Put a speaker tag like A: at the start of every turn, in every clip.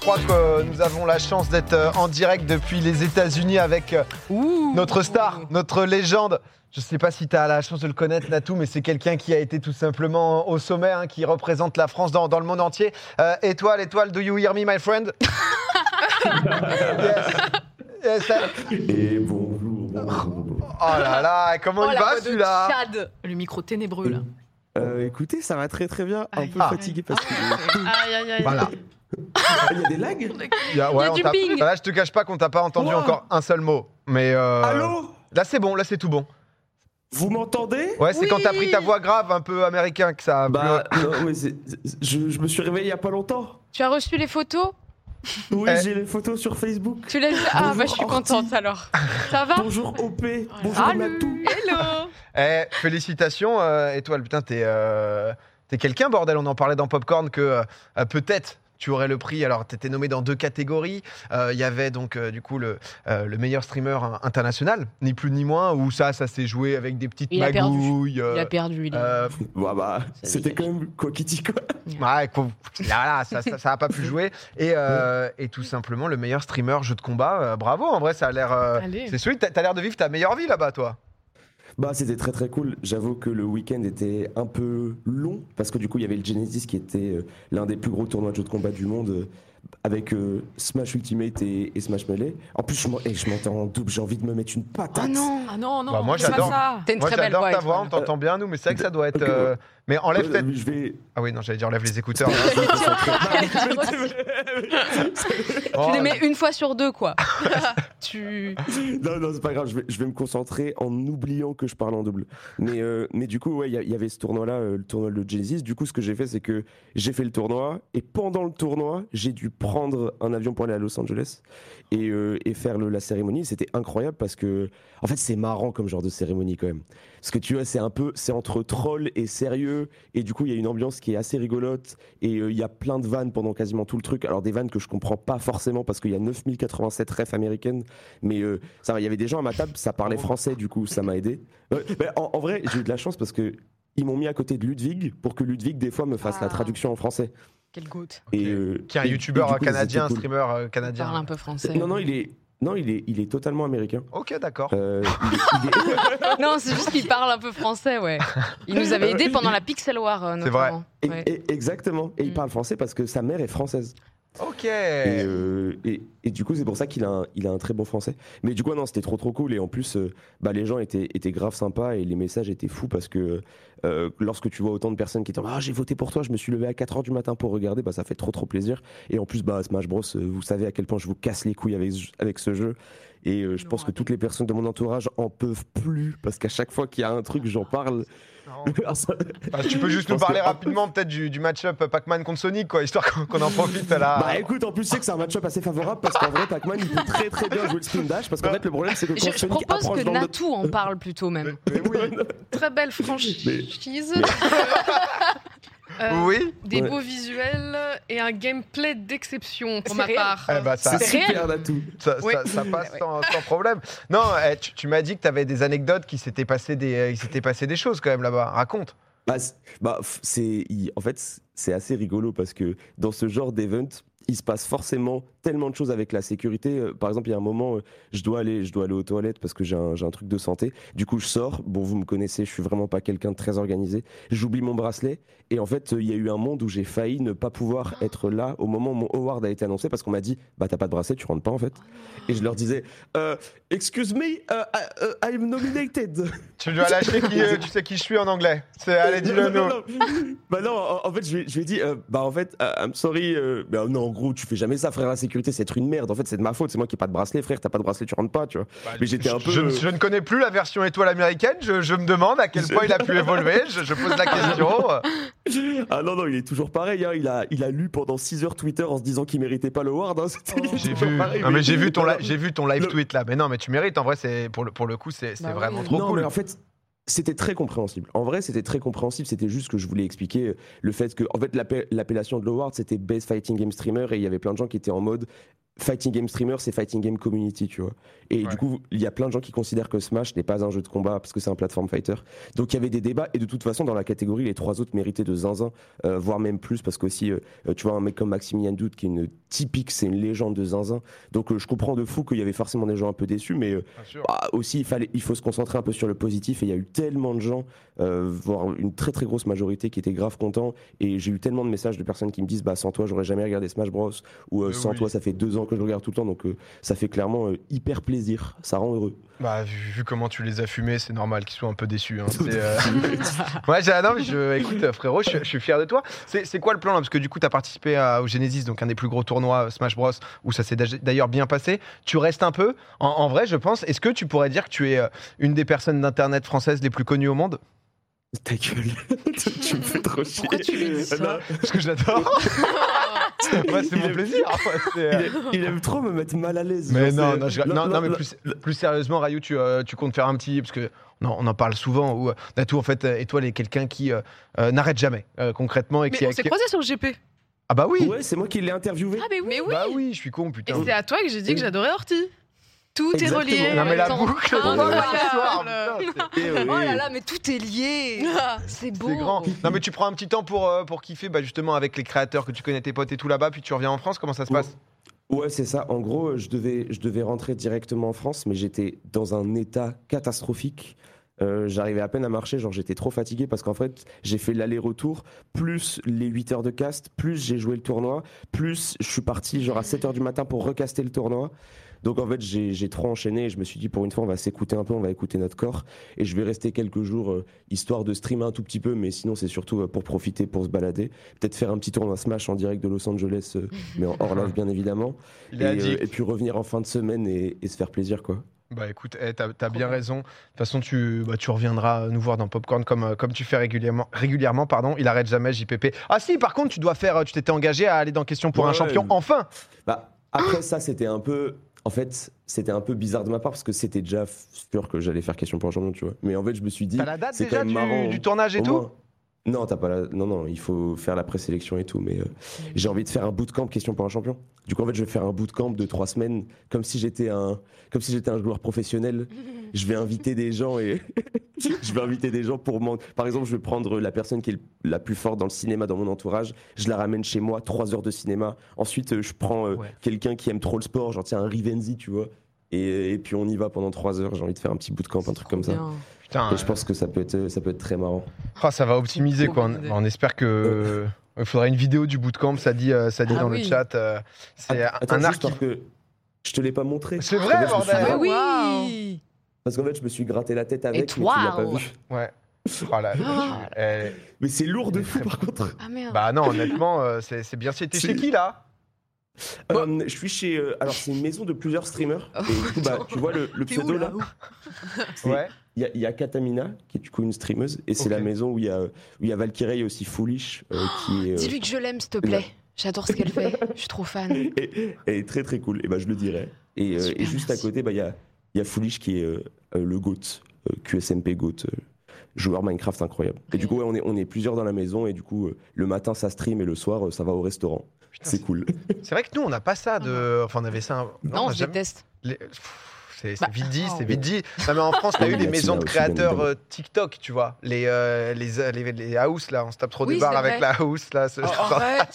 A: crois que nous avons la chance d'être euh, en direct depuis les États-Unis avec euh, notre star, notre légende. Je ne sais pas si tu as la chance de le connaître, Natou, mais c'est quelqu'un qui a été tout simplement au sommet, hein, qui représente la France dans, dans le monde entier. Euh, étoile, étoile, do you hear me, my friend Yes. Yes, ça-
B: Et bonjour, bonjour.
A: Oh là là, comment
C: Oh,
A: il
C: la voix
A: va
C: de
A: celui-là
C: Chad. Le micro ténébreux là.
B: Euh, écoutez, ça va très très bien. Un
C: Aïe.
B: peu
A: Ah.
B: fatigué parce que.
C: Aïe aïe aïe.
A: Voilà.
B: Ah, Il y a des lags
A: Il y a-
C: Il y a
A: on
C: du
A: t'a-
C: ping.
A: Là, je te cache pas qu'on t'a pas entendu
B: Ouah.
A: encore un seul mot. Mais euh,
B: Allô
A: là, c'est bon, là, c'est tout bon.
B: Vous m'entendez
A: Ouais, c'est quand t'as
C: Oui.
A: pris ta voix grave, un peu américain, que ça. a
B: Bah, non, mais c'est- c'est- je, je me suis réveillé il y a pas longtemps.
C: Tu as reçu les photos
B: Oui,
A: Eh.
B: j'ai les photos sur Facebook.
C: Tu les Ah bah je suis
B: Orti.
C: contente alors.
A: Ah.
C: Ça va
B: Bonjour OP, bonjour
C: Allô.
B: Natou.
C: Hello.
A: Eh, félicitations, euh, Étoile. Putain, t'es euh, t'es quelqu'un, bordel. On en parlait dans Popcorn que euh, euh, peut-être tu aurais le prix. Alors, t'étais nommé dans deux catégories. Euh, Il y avait donc, euh, du coup, le, euh, le meilleur streamer euh, international, ni plus ni moins, où ça, ça s'est joué avec des petites
C: Il a perdu.
A: magouilles. euh,
C: Il a perdu. Il a...
A: euh,
B: Bah, bah,
C: Ça
B: c'était quand
C: dégage.
B: même quoi qu'il dit quoi.
A: Ouais, quoi, voilà, ça, ça, ça a pas pu jouer. Et, euh, et tout simplement, le meilleur streamer jeu de combat. euh, bravo, en vrai, ça a l'air. euh,
C: Allez.
A: c'est sweet. T'as- T'as l'air de vivre ta meilleure vie là-bas, toi.
B: Bah, c'était très très cool. J'avoue que le week-end était un peu long parce que du coup, il y avait le Genesis qui était euh, l'un des plus gros tournois de jeux de combat du monde euh, avec euh, Smash Ultimate et, et Smash Melee. En plus, je m'en- eh, je m'entends en double, j'ai envie de me mettre une patate.
C: Ah non non.
A: Bah, moi,
C: c'est pas
A: j'adore.
C: ça.
D: T'as une
A: Moi,
D: très belle
A: j'adore
D: voix.
A: ta
D: Étoile.
A: voix, on t'entend bien, nous, mais c'est vrai que ça doit être.
B: Ok, ouais.
A: euh, Mais enlève peut-être.
B: Euh, Je vais.
A: Ah oui, non, j'allais dire enlève les écouteurs.
C: Tu
A: Oh,
C: les mets une fois sur deux quoi. tu.
B: Non, non, c'est pas grave, je vais, je vais me concentrer en oubliant que je parle en double. Mais, euh, mais du coup, ouais, il y a- il y, avait ce tournoi-là, euh, le tournoi de Genesis. Du coup, ce que j'ai fait, c'est que j'ai fait le tournoi, et pendant le tournoi, j'ai dû prendre un avion pour aller à Los Angeles et, euh, et faire le- la cérémonie. C'était incroyable parce que, en fait, c'est marrant comme genre de cérémonie quand même. Parce que tu vois, c'est un peu, c'est entre troll et sérieux, et du coup, il y a une ambiance qui est assez rigolote, et euh, il y a plein de vannes pendant quasiment tout le truc. Alors, des vannes que je comprends pas forcément parce qu'il y a 9087 refs américaines, mais euh, ça va, il y avait des gens à ma table, ça parlait français, du coup, ça m'a aidé. Ouais, mais en, en vrai, j'ai eu de la chance parce que ils m'ont mis à côté de Ludwig pour que Ludwig, des fois, me fasse la
C: Ah.
B: traduction en français.
C: Quelle goutte.
A: Ok.
B: Et, euh,
A: Qui est un
B: et- et
A: youtubeur
B: du coup,
A: euh,
B: ils étaient
A: canadien, un
B: cool.
A: streamer euh,
C: Parle
A: canadien.
C: un peu français.
B: Non, non, il est, non, il est, il est totalement américain.
A: Ok, d'accord.
B: Euh, il est- il est-
C: Non, c'est juste qu'il parle un peu français ouais. Il nous avait aidé pendant la Pixel War euh,
A: Euh, C'est vrai.
C: notamment.
B: et-
C: Ouais.
B: et- exactement. Et il
C: Mm.
B: parle français parce que sa mère est française.
A: Ok.
B: Et, euh, et- et du coup, c'est pour ça qu'il a, un- il a un très bon français. Mais du coup, non, c'était trop trop cool. Et en plus, euh, bah, les gens étaient, étaient grave sympas et les messages étaient fous parce que euh, lorsque tu vois autant de personnes qui disent Ah, j'ai voté pour toi, je me suis levé à 4h du matin pour regarder, bah, ça fait trop trop plaisir. Et en plus, bah, Smash Bros, euh, vous savez à quel point je vous casse les couilles avec, ce- avec ce jeu. Et euh, je
C: Non,
B: pense que
C: arrête.
B: toutes les personnes de mon entourage en peuvent plus parce qu'à chaque fois qu'il y a un truc, j'en parle.
A: Non. Bah, tu peux juste
B: Je
A: nous
B: pense
A: parler
B: que-
A: rapidement peut-être du, du match-up Pac-Man contre Sonic, quoi, histoire qu'on qu'on en profite là.
B: Bah écoute, en plus, c'est que c'est un match-up assez favorable parce qu'en vrai, Pac-Man il peut très très bien jouer le spin dash parce qu'en fait, le problème c'est que quand
C: Je, je
B: Sonic
C: propose
B: approche
C: que
B: dans le-
C: Natou en parle plutôt même.
A: Mais oui.
E: Très belle franchise. Euh,
A: oui.
E: Des
B: Ouais.
E: beaux visuels et un gameplay d'exception pour
D: C'est
E: ma
D: réel.
E: part.
A: Eh bah, ça,
B: C'est
A: ça,
C: réel.
B: super d'atout.
A: ça-
E: Ouais.
A: ça passe
D: Ouais.
A: sans, sans problème. Non, eh, tu, tu m'as dit que tu avais des anecdotes qui s'étaient passées des, euh, il s'était passé des choses quand même là-bas. Raconte.
B: Bah, c- bah, f- c'est, il- en fait, c- c'est assez rigolo parce que dans ce genre d'event, il se passe forcément tellement de choses avec la sécurité. Euh, Par exemple, il y a un moment, euh, je dois aller, je dois aller aux toilettes parce que j'ai un, j'ai un truc de santé. Du coup, je sors. Bon, vous me connaissez, je suis vraiment pas quelqu'un de très organisé. J'oublie mon bracelet. Et en fait, euh, il y a eu un monde où j'ai failli ne pas pouvoir être là au moment où mon award a été annoncé parce qu'on m'a dit, bah, t'as pas de bracelet, tu rentres pas en fait. Et je leur disais, Euh, excuse me, euh, I- euh, I'm nominated.
A: Tu dois lâcher qui, euh, tu sais qui je suis en anglais. C'est allez dis-le
B: Non,
A: nous.
B: non, non. Bah non, en, en fait, je lui, ai- je lui ai dit, euh, bah en fait, euh, I'm sorry. euh, bah non, en gros, tu fais jamais ça, frère. La sécurité, c'est être une merde. En fait, c'est de ma faute. C'est moi qui ai pas de bracelet, frère. T'as pas de bracelet, tu rentres pas, tu vois. Mais j'étais un peu.
A: Bah, Je, je ne connais plus la version étoile américaine. Je, je me demande à quel point il a pu évoluer. Je, je pose la question.
B: Ah non, non, il est toujours pareil. hein. Il, a, il a lu pendant 6 heures Twitter en se disant qu'il méritait pas le ward. hein. C'était- il est
A: Oh. J'ai
B: toujours
A: vu.
B: pareil,
A: Non, mais j'ai vu ton, li-
B: Non,
A: j'ai vu ton live
B: Le-
A: tweet là. Mais non, mais tu mérites. En vrai, c'est pour le pour le coup, c'est c'est
C: Bah oui.
A: vraiment trop
B: non,
A: cool.
B: mais en fait, c'était très compréhensible. En vrai, c'était très compréhensible. C'était juste que je voulais expliquer euh, le fait que, en fait, l'appel- l'appellation de l'award, c'était Best Fighting Game Streamer et il y avait plein de gens qui étaient en mode fighting game streamer, c'est fighting game community, tu vois. Et
A: Ouais.
B: du coup, il y a plein de gens qui considèrent que Smash n'est pas un jeu de combat parce que c'est un platform fighter. Donc il y avait des débats et de toute façon, dans la catégorie, les trois autres méritaient de zinzin, euh, voire même plus parce que aussi, euh, tu vois, un mec comme Maximilian Doute qui est une typique, c'est une légende de zinzin. Donc euh, je comprends de fou qu'il y avait forcément des gens un peu déçus, mais euh,
A: Bien sûr.
B: bah, aussi, il, fallait, il faut se concentrer un peu sur le positif. Et il y a eu tellement de gens, euh, voire une très très grosse majorité, qui étaient grave contents. Et j'ai eu tellement de messages de personnes qui me disent bah, Sans toi, j'aurais jamais regardé Smash Bros. Ou euh,
A: Euh,
B: Sans
A: oui.
B: toi, ça fait deux ans que je le regarde tout le temps. Donc euh, ça fait clairement euh, hyper plaisir. Ça rend heureux.
A: Bah, vu, vu comment tu les as fumés, c'est normal qu'ils soient un peu déçus. hein. C'est, euh, ouais, j'ai- non, mais je, écoute, frérot, je, je suis fier de toi. C'est c'est quoi le plan là Parce que du coup, tu as participé à- au Genesis, donc un des plus gros tournois euh, Smash Bros, où ça s'est d'a- d'ailleurs bien passé. Tu restes un peu, en, en vrai, je pense. Est-ce que tu pourrais dire que tu es euh, une des personnes d'Internet françaises les plus connues au monde
B: Ta gueule. tu me fais trop chier. Eh ben,
C: Pourquoi tu lui dis ça
B: Non,
A: Parce que je l'adore. Moi, c'est mon plaisir. Ouais, c'est, euh,
B: il, il aime trop me mettre mal à l'aise.
A: Mais
B: Genre,
A: non,
B: c'est-
A: non, je- non, non, mais
B: là-
A: plus, plus sérieusement, Rayou, tu, euh, tu comptes faire un petit. Parce que non, on en parle souvent, où euh, Natou, en fait, euh, étoile est quelqu'un qui euh, euh, n'arrête jamais, euh, concrètement. Et qui,
E: Mais on s'est
A: qui-
E: croisés sur le GP.
A: Ah bah oui
B: Ouais, c'est moi qui l'ai interviewé.
C: Ah, mais oui.
E: Mais oui.
A: Bah oui, je suis con, putain.
E: Et c'est à toi que j'ai dit que j'adorais Horty. Tout
B: Exactement.
E: est relié.
A: Non, mais la
E: en même
A: boucle,
E: temps.
A: on en parle ce soir,
E: Incroyable.
A: putain,
B: Eh oui.
C: Oh là là, mais tout est lié. Ah, C'est beau.
A: C'est grand. Non, mais tu prends un petit temps pour, euh, pour kiffer, bah, justement, avec les créateurs que tu connais, tes potes et tout là-bas, puis tu reviens en France, comment ça se
B: Ouais.
A: passe
B: Ouais, c'est ça. En gros, euh, je devais, je devais rentrer directement en France, mais j'étais dans un état catastrophique. Euh, j'arrivais à peine à marcher, genre j'étais trop fatigué parce qu'en fait j'ai fait l'aller-retour, plus les 8 heures de cast, plus j'ai joué le tournoi, plus je suis parti genre à 7 heures du matin pour recaster le tournoi. Donc en fait j'ai j'ai trop enchaîné et je me suis dit pour une fois on va s'écouter un peu, on va écouter notre corps et je vais rester quelques jours euh, histoire de streamer un tout petit peu mais sinon c'est surtout euh, pour profiter, pour se balader, peut-être faire un petit tournoi Smash en direct de Los Angeles euh, mais en hors live bien évidemment
A: Il
B: et,
A: est
B: euh,
A: addict.
B: et puis revenir en fin de semaine et, et se faire plaisir, quoi.
A: Bah écoute, eh, t'as t'as bien raison. De toute façon, tu, bah, tu reviendras nous voir dans Popcorn comme, euh, comme tu fais régulièrement. régulièrement pardon. Il arrête jamais JPP. Ah si, par contre, tu dois faire. euh, Tu t'étais engagé à aller dans Question pour un
B: Ouais,
A: champion.
B: ouais.
A: Enfin
B: Bah, après ça, c'était un peu. En fait, c'était un peu bizarre de ma part parce que c'était déjà sûr que j'allais faire question pour un champion, tu vois. Mais en fait, je me suis dit.
A: T'as la date
B: c'est
A: déjà
B: quand même
A: du,
B: marrant, hein.
A: du tournage et
B: au
A: tout
B: moins- Non, t'as pas la... non, non, il faut faire la présélection et tout, mais euh,
A: Mm.
B: j'ai envie de faire un bootcamp question pour un champion. Du coup, en fait, je vais faire un bootcamp de trois semaines, comme si j'étais un, comme si j'étais un joueur professionnel. Je vais inviter des gens et je vais inviter des gens pour m'en... Par exemple, je vais prendre la personne qui est le- la plus forte dans le cinéma dans mon entourage. Je la ramène chez moi, trois heures de cinéma. Ensuite, euh, je prends euh,
A: Ouais.
B: quelqu'un qui aime trop le sport, genre tiens un Rivenzi, tu vois. Et, et puis on y va pendant trois heures. J'ai envie de faire un petit bootcamp, un truc comme ça.
A: Putain,
B: Et je pense que ça peut être, ça peut être très marrant.
A: ah, ça va optimiser quoi.
E: Trop bonne idée.
A: On, on espère que. Il faudra une vidéo du bootcamp, ça dit, euh, ça dit
C: Ah
A: dans le
C: oui.
A: chat. euh, C'est
B: Att- attends,
A: un
B: juste
A: arc.
B: parce que je te l'ai pas montré.
A: C'est
B: Parce
A: vrai,
B: qu'en fait, je me suis
A: bordel.
B: gra-
C: Ah oui.
E: Waouh.
B: Parce qu'en fait, je me suis gratté la tête avec, mais tu
C: waouh.
B: l'as pas vu.
A: Ouais. Oh là là,
C: Ah.
A: tu- eh,
B: Mais c'est lourd de fou, par contre.
C: Ah merde.
A: Bah non, honnêtement, euh, c'est c'est bien. C'était
B: C'est-
A: chez qui là
B: Euh, je suis chez... euh, alors, c'est une maison de plusieurs streamers. Et du coup, bah, tu vois le, le
E: T'es où,
B: pseudo,
E: là
B: là C'est- Il y a- il y, a Katamina, qui est du coup une streameuse, et c'est
A: Ok.
B: la maison où il y a, où il y a Valkyrie aussi Foolish, euh, qui est, euh,
C: Dis-lui que je l'aime, s'il te plaît. J'adore ce qu'elle fait. Je suis trop fan.
B: et- et est très très cool. Et bah je le dirai. Et, euh,
C: Super,
B: et juste à
C: merci.
B: côté, bah il y a, il y a Foolish qui est euh, euh, le GOAT, euh, QSMP GOAT, euh, joueur Minecraft incroyable. Et du coup, ouais, on est on est plusieurs dans la maison, et du coup euh, le matin ça stream et le soir euh, ça va au restaurant.
A: Putain,
B: C'est cool.
A: C'est vrai que nous, on n'a pas ça
B: Ah
A: de. Enfin, on avait ça. un- on
C: Non, on
A: a
C: se
A: jamais-
C: déteste.
A: les- Pff, C'est
C: Bah,
A: c'est vite dit,
C: oh.
A: c'est vite dit. Non, mais en France, t'as
B: Ah Oui,
A: eu les
B: Latina
A: maisons de
B: aussi, bien
A: créateurs
B: évidemment.
A: euh, TikTok, tu vois. Les, euh, les, euh, les, les house, là, on se tape trop
C: Oui,
A: des barres
C: c'est
A: avec
C: vrai.
A: la house, là.
E: Oh,
A: ce-
C: arrête.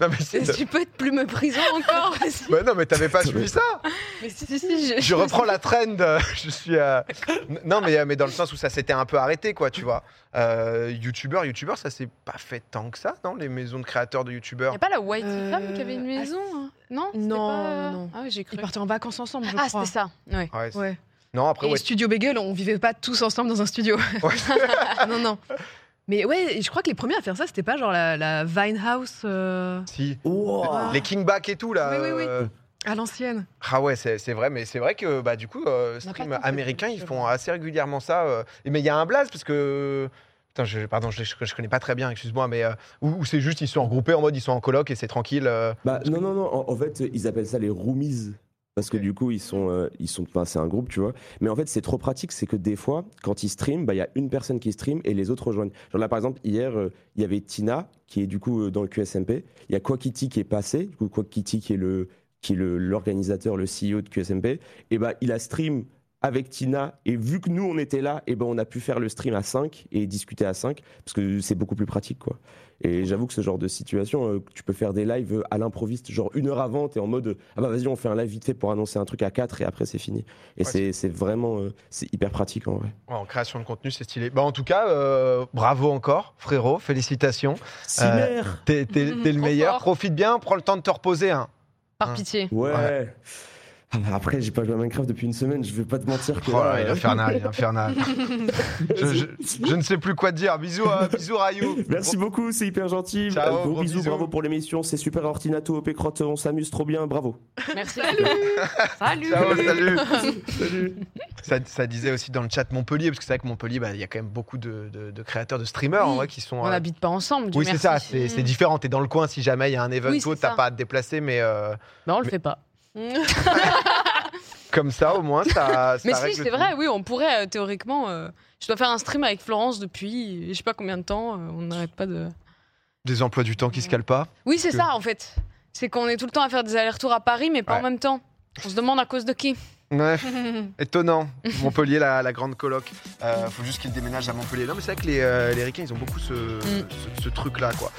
A: non, mais c'est.
C: tu peux être plus méprisant encore. vas-y.
A: Bah non, mais t'avais pas suivi ça
C: Mais si, si, si. Je,
A: Je reprends la trend, euh, je suis... euh, n- Non, mais, euh, mais dans le sens où ça s'était un peu arrêté, quoi, tu vois. Euh, Youtubeur, Youtubeur, ça s'est pas fait tant que ça, non Les maisons de créateurs de Youtubeurs.
C: Y'a pas la White
D: Euh,
C: femme qui avait une maison hein Non c'était
D: non,
C: pas-
D: non, non.
C: Ah, oui, j'ai cru.
D: Ils partaient en vacances ensemble, je
C: Ah,
D: crois.
C: c'était ça. Ouais.
A: Ouais, c'est-
D: Ouais.
A: Non, après,
E: Et
A: ouais.
E: Studio Bagel, on vivait pas tous ensemble dans un studio.
A: Ouais.
E: non, non. Mais ouais, et je crois que les premiers à faire ça, c'était pas genre la, la Vine House euh,
A: Si.
B: Wow.
A: Les Kingback et tout, là.
E: Oui, oui, oui.
A: euh,
E: à l'ancienne.
A: Ah ouais, c'est c'est vrai, mais c'est vrai que bah, du coup, euh,
C: n'a pas
A: stream
C: tant cette
A: américain, ils
C: culture.
A: font assez régulièrement ça. euh. Et mais il y a un blaze parce que. Putain, je, pardon, je, je- je connais pas très bien, excuse-moi, mais euh, où, où c'est juste, ils sont regroupés en mode, ils sont en coloc et c'est tranquille. euh.
B: Bah, non, non, non. En, en fait, ils appellent ça les roomies. Parce que
A: Ok.
B: du coup, ils sont, euh, ils sont, enfin, c'est un groupe, tu vois. Mais en fait, c'est trop pratique, c'est que des fois, quand ils streament, bah, il y a une personne qui stream et les autres rejoignent. Genre là, par exemple, hier, euh, il y avait Tina qui est du coup euh, dans le QSMP. Il y a Kwakiti qui est passé, du coup Kwakiti qui est le qui est le- l'organisateur, le, CEO de QSMP, et ben il a stream avec Tina. Et vu que nous, on était là, et ben on a pu faire le stream à 5 et discuter à 5, parce que c'est beaucoup plus pratique, quoi. Et j'avoue que ce genre de situation, euh, tu peux faire des lives à l'improviste, genre une heure avant, t'es en mode euh, ah bah vas-y, on fait un live vite fait pour annoncer un truc à 4 et après c'est fini. Et
A: Ouais.
B: c'est- c'est vraiment euh, c'est hyper pratique en vrai.
A: Ouais, en création de contenu, c'est stylé. Bah, en tout cas, euh, bravo encore, frérot. Félicitations.
B: Cimer
A: T'es t'es-
C: Mhm,
A: t'es le
C: trop
A: meilleur.
C: fort.
A: Profite bien, prends le temps de te reposer. hein.
C: Par
A: Hein.
C: pitié.
B: Euh, Ouais.
A: Ouais.
B: Ah bah après, j'ai pas joué à Minecraft depuis une semaine, je vais pas te mentir que.
A: Oh là là,
B: là,
A: il est
B: euh,
A: infernal, il est infernal. je, je- je ne sais plus quoi te dire. Bisous, à, bisous Rayou.
B: Merci beaucoup, c'est hyper gentil.
A: Ciao,
B: Euh, gros
A: gros
B: bisous,
A: bisous.
B: bravo pour l'émission, c'est super Ortinato, OP Crotte, on s'amuse trop bien, bravo.
C: Merci.
E: Salut
A: Ciao, salut.
B: Salut.
A: Ça, ça disait aussi dans le chat Montpellier, parce que c'est vrai que Montpellier, bah, il y a quand même beaucoup de, de- de créateurs, de streamers en
C: Oui,
A: vrai, qui sont.
C: On
A: euh,
C: n'habite pas ensemble, Dieu
A: oui, c'est
C: merci.
A: ça, c'est c'est
E: Mm.
A: différent. T'es dans le coin si jamais il y a un event
C: Oui,
A: ou autre,
C: c'est
A: t'as
C: ça.
A: pas à te déplacer, mais euh,
C: Mais Bah, on le
A: Mais-
C: fait pas. Mais
A: comme ça, au moins, ça. ça
C: si,
A: règle
C: c'est
A: tout.
C: vrai, oui, on pourrait euh, théoriquement. euh, je dois faire un stream avec Florence depuis euh, je sais pas combien de temps. euh, on n'arrête pas de.
A: Des emplois du temps qui
C: Mm.
A: se calent pas.
C: Oui, c'est
A: Que-
C: ça en fait. C'est qu'on est tout le temps à faire des allers-retours à Paris, mais pas
A: Ouais.
C: en même temps. On se demande à cause de qui.
A: Ouais. Étonnant, Montpellier, la, la grande coloc. Euh, faut juste qu'ils
C: Mm.
A: déménagent à Montpellier. Non, mais c'est vrai que les, euh, les Ricains, ils ont beaucoup ce, ce- ce truc-là, quoi.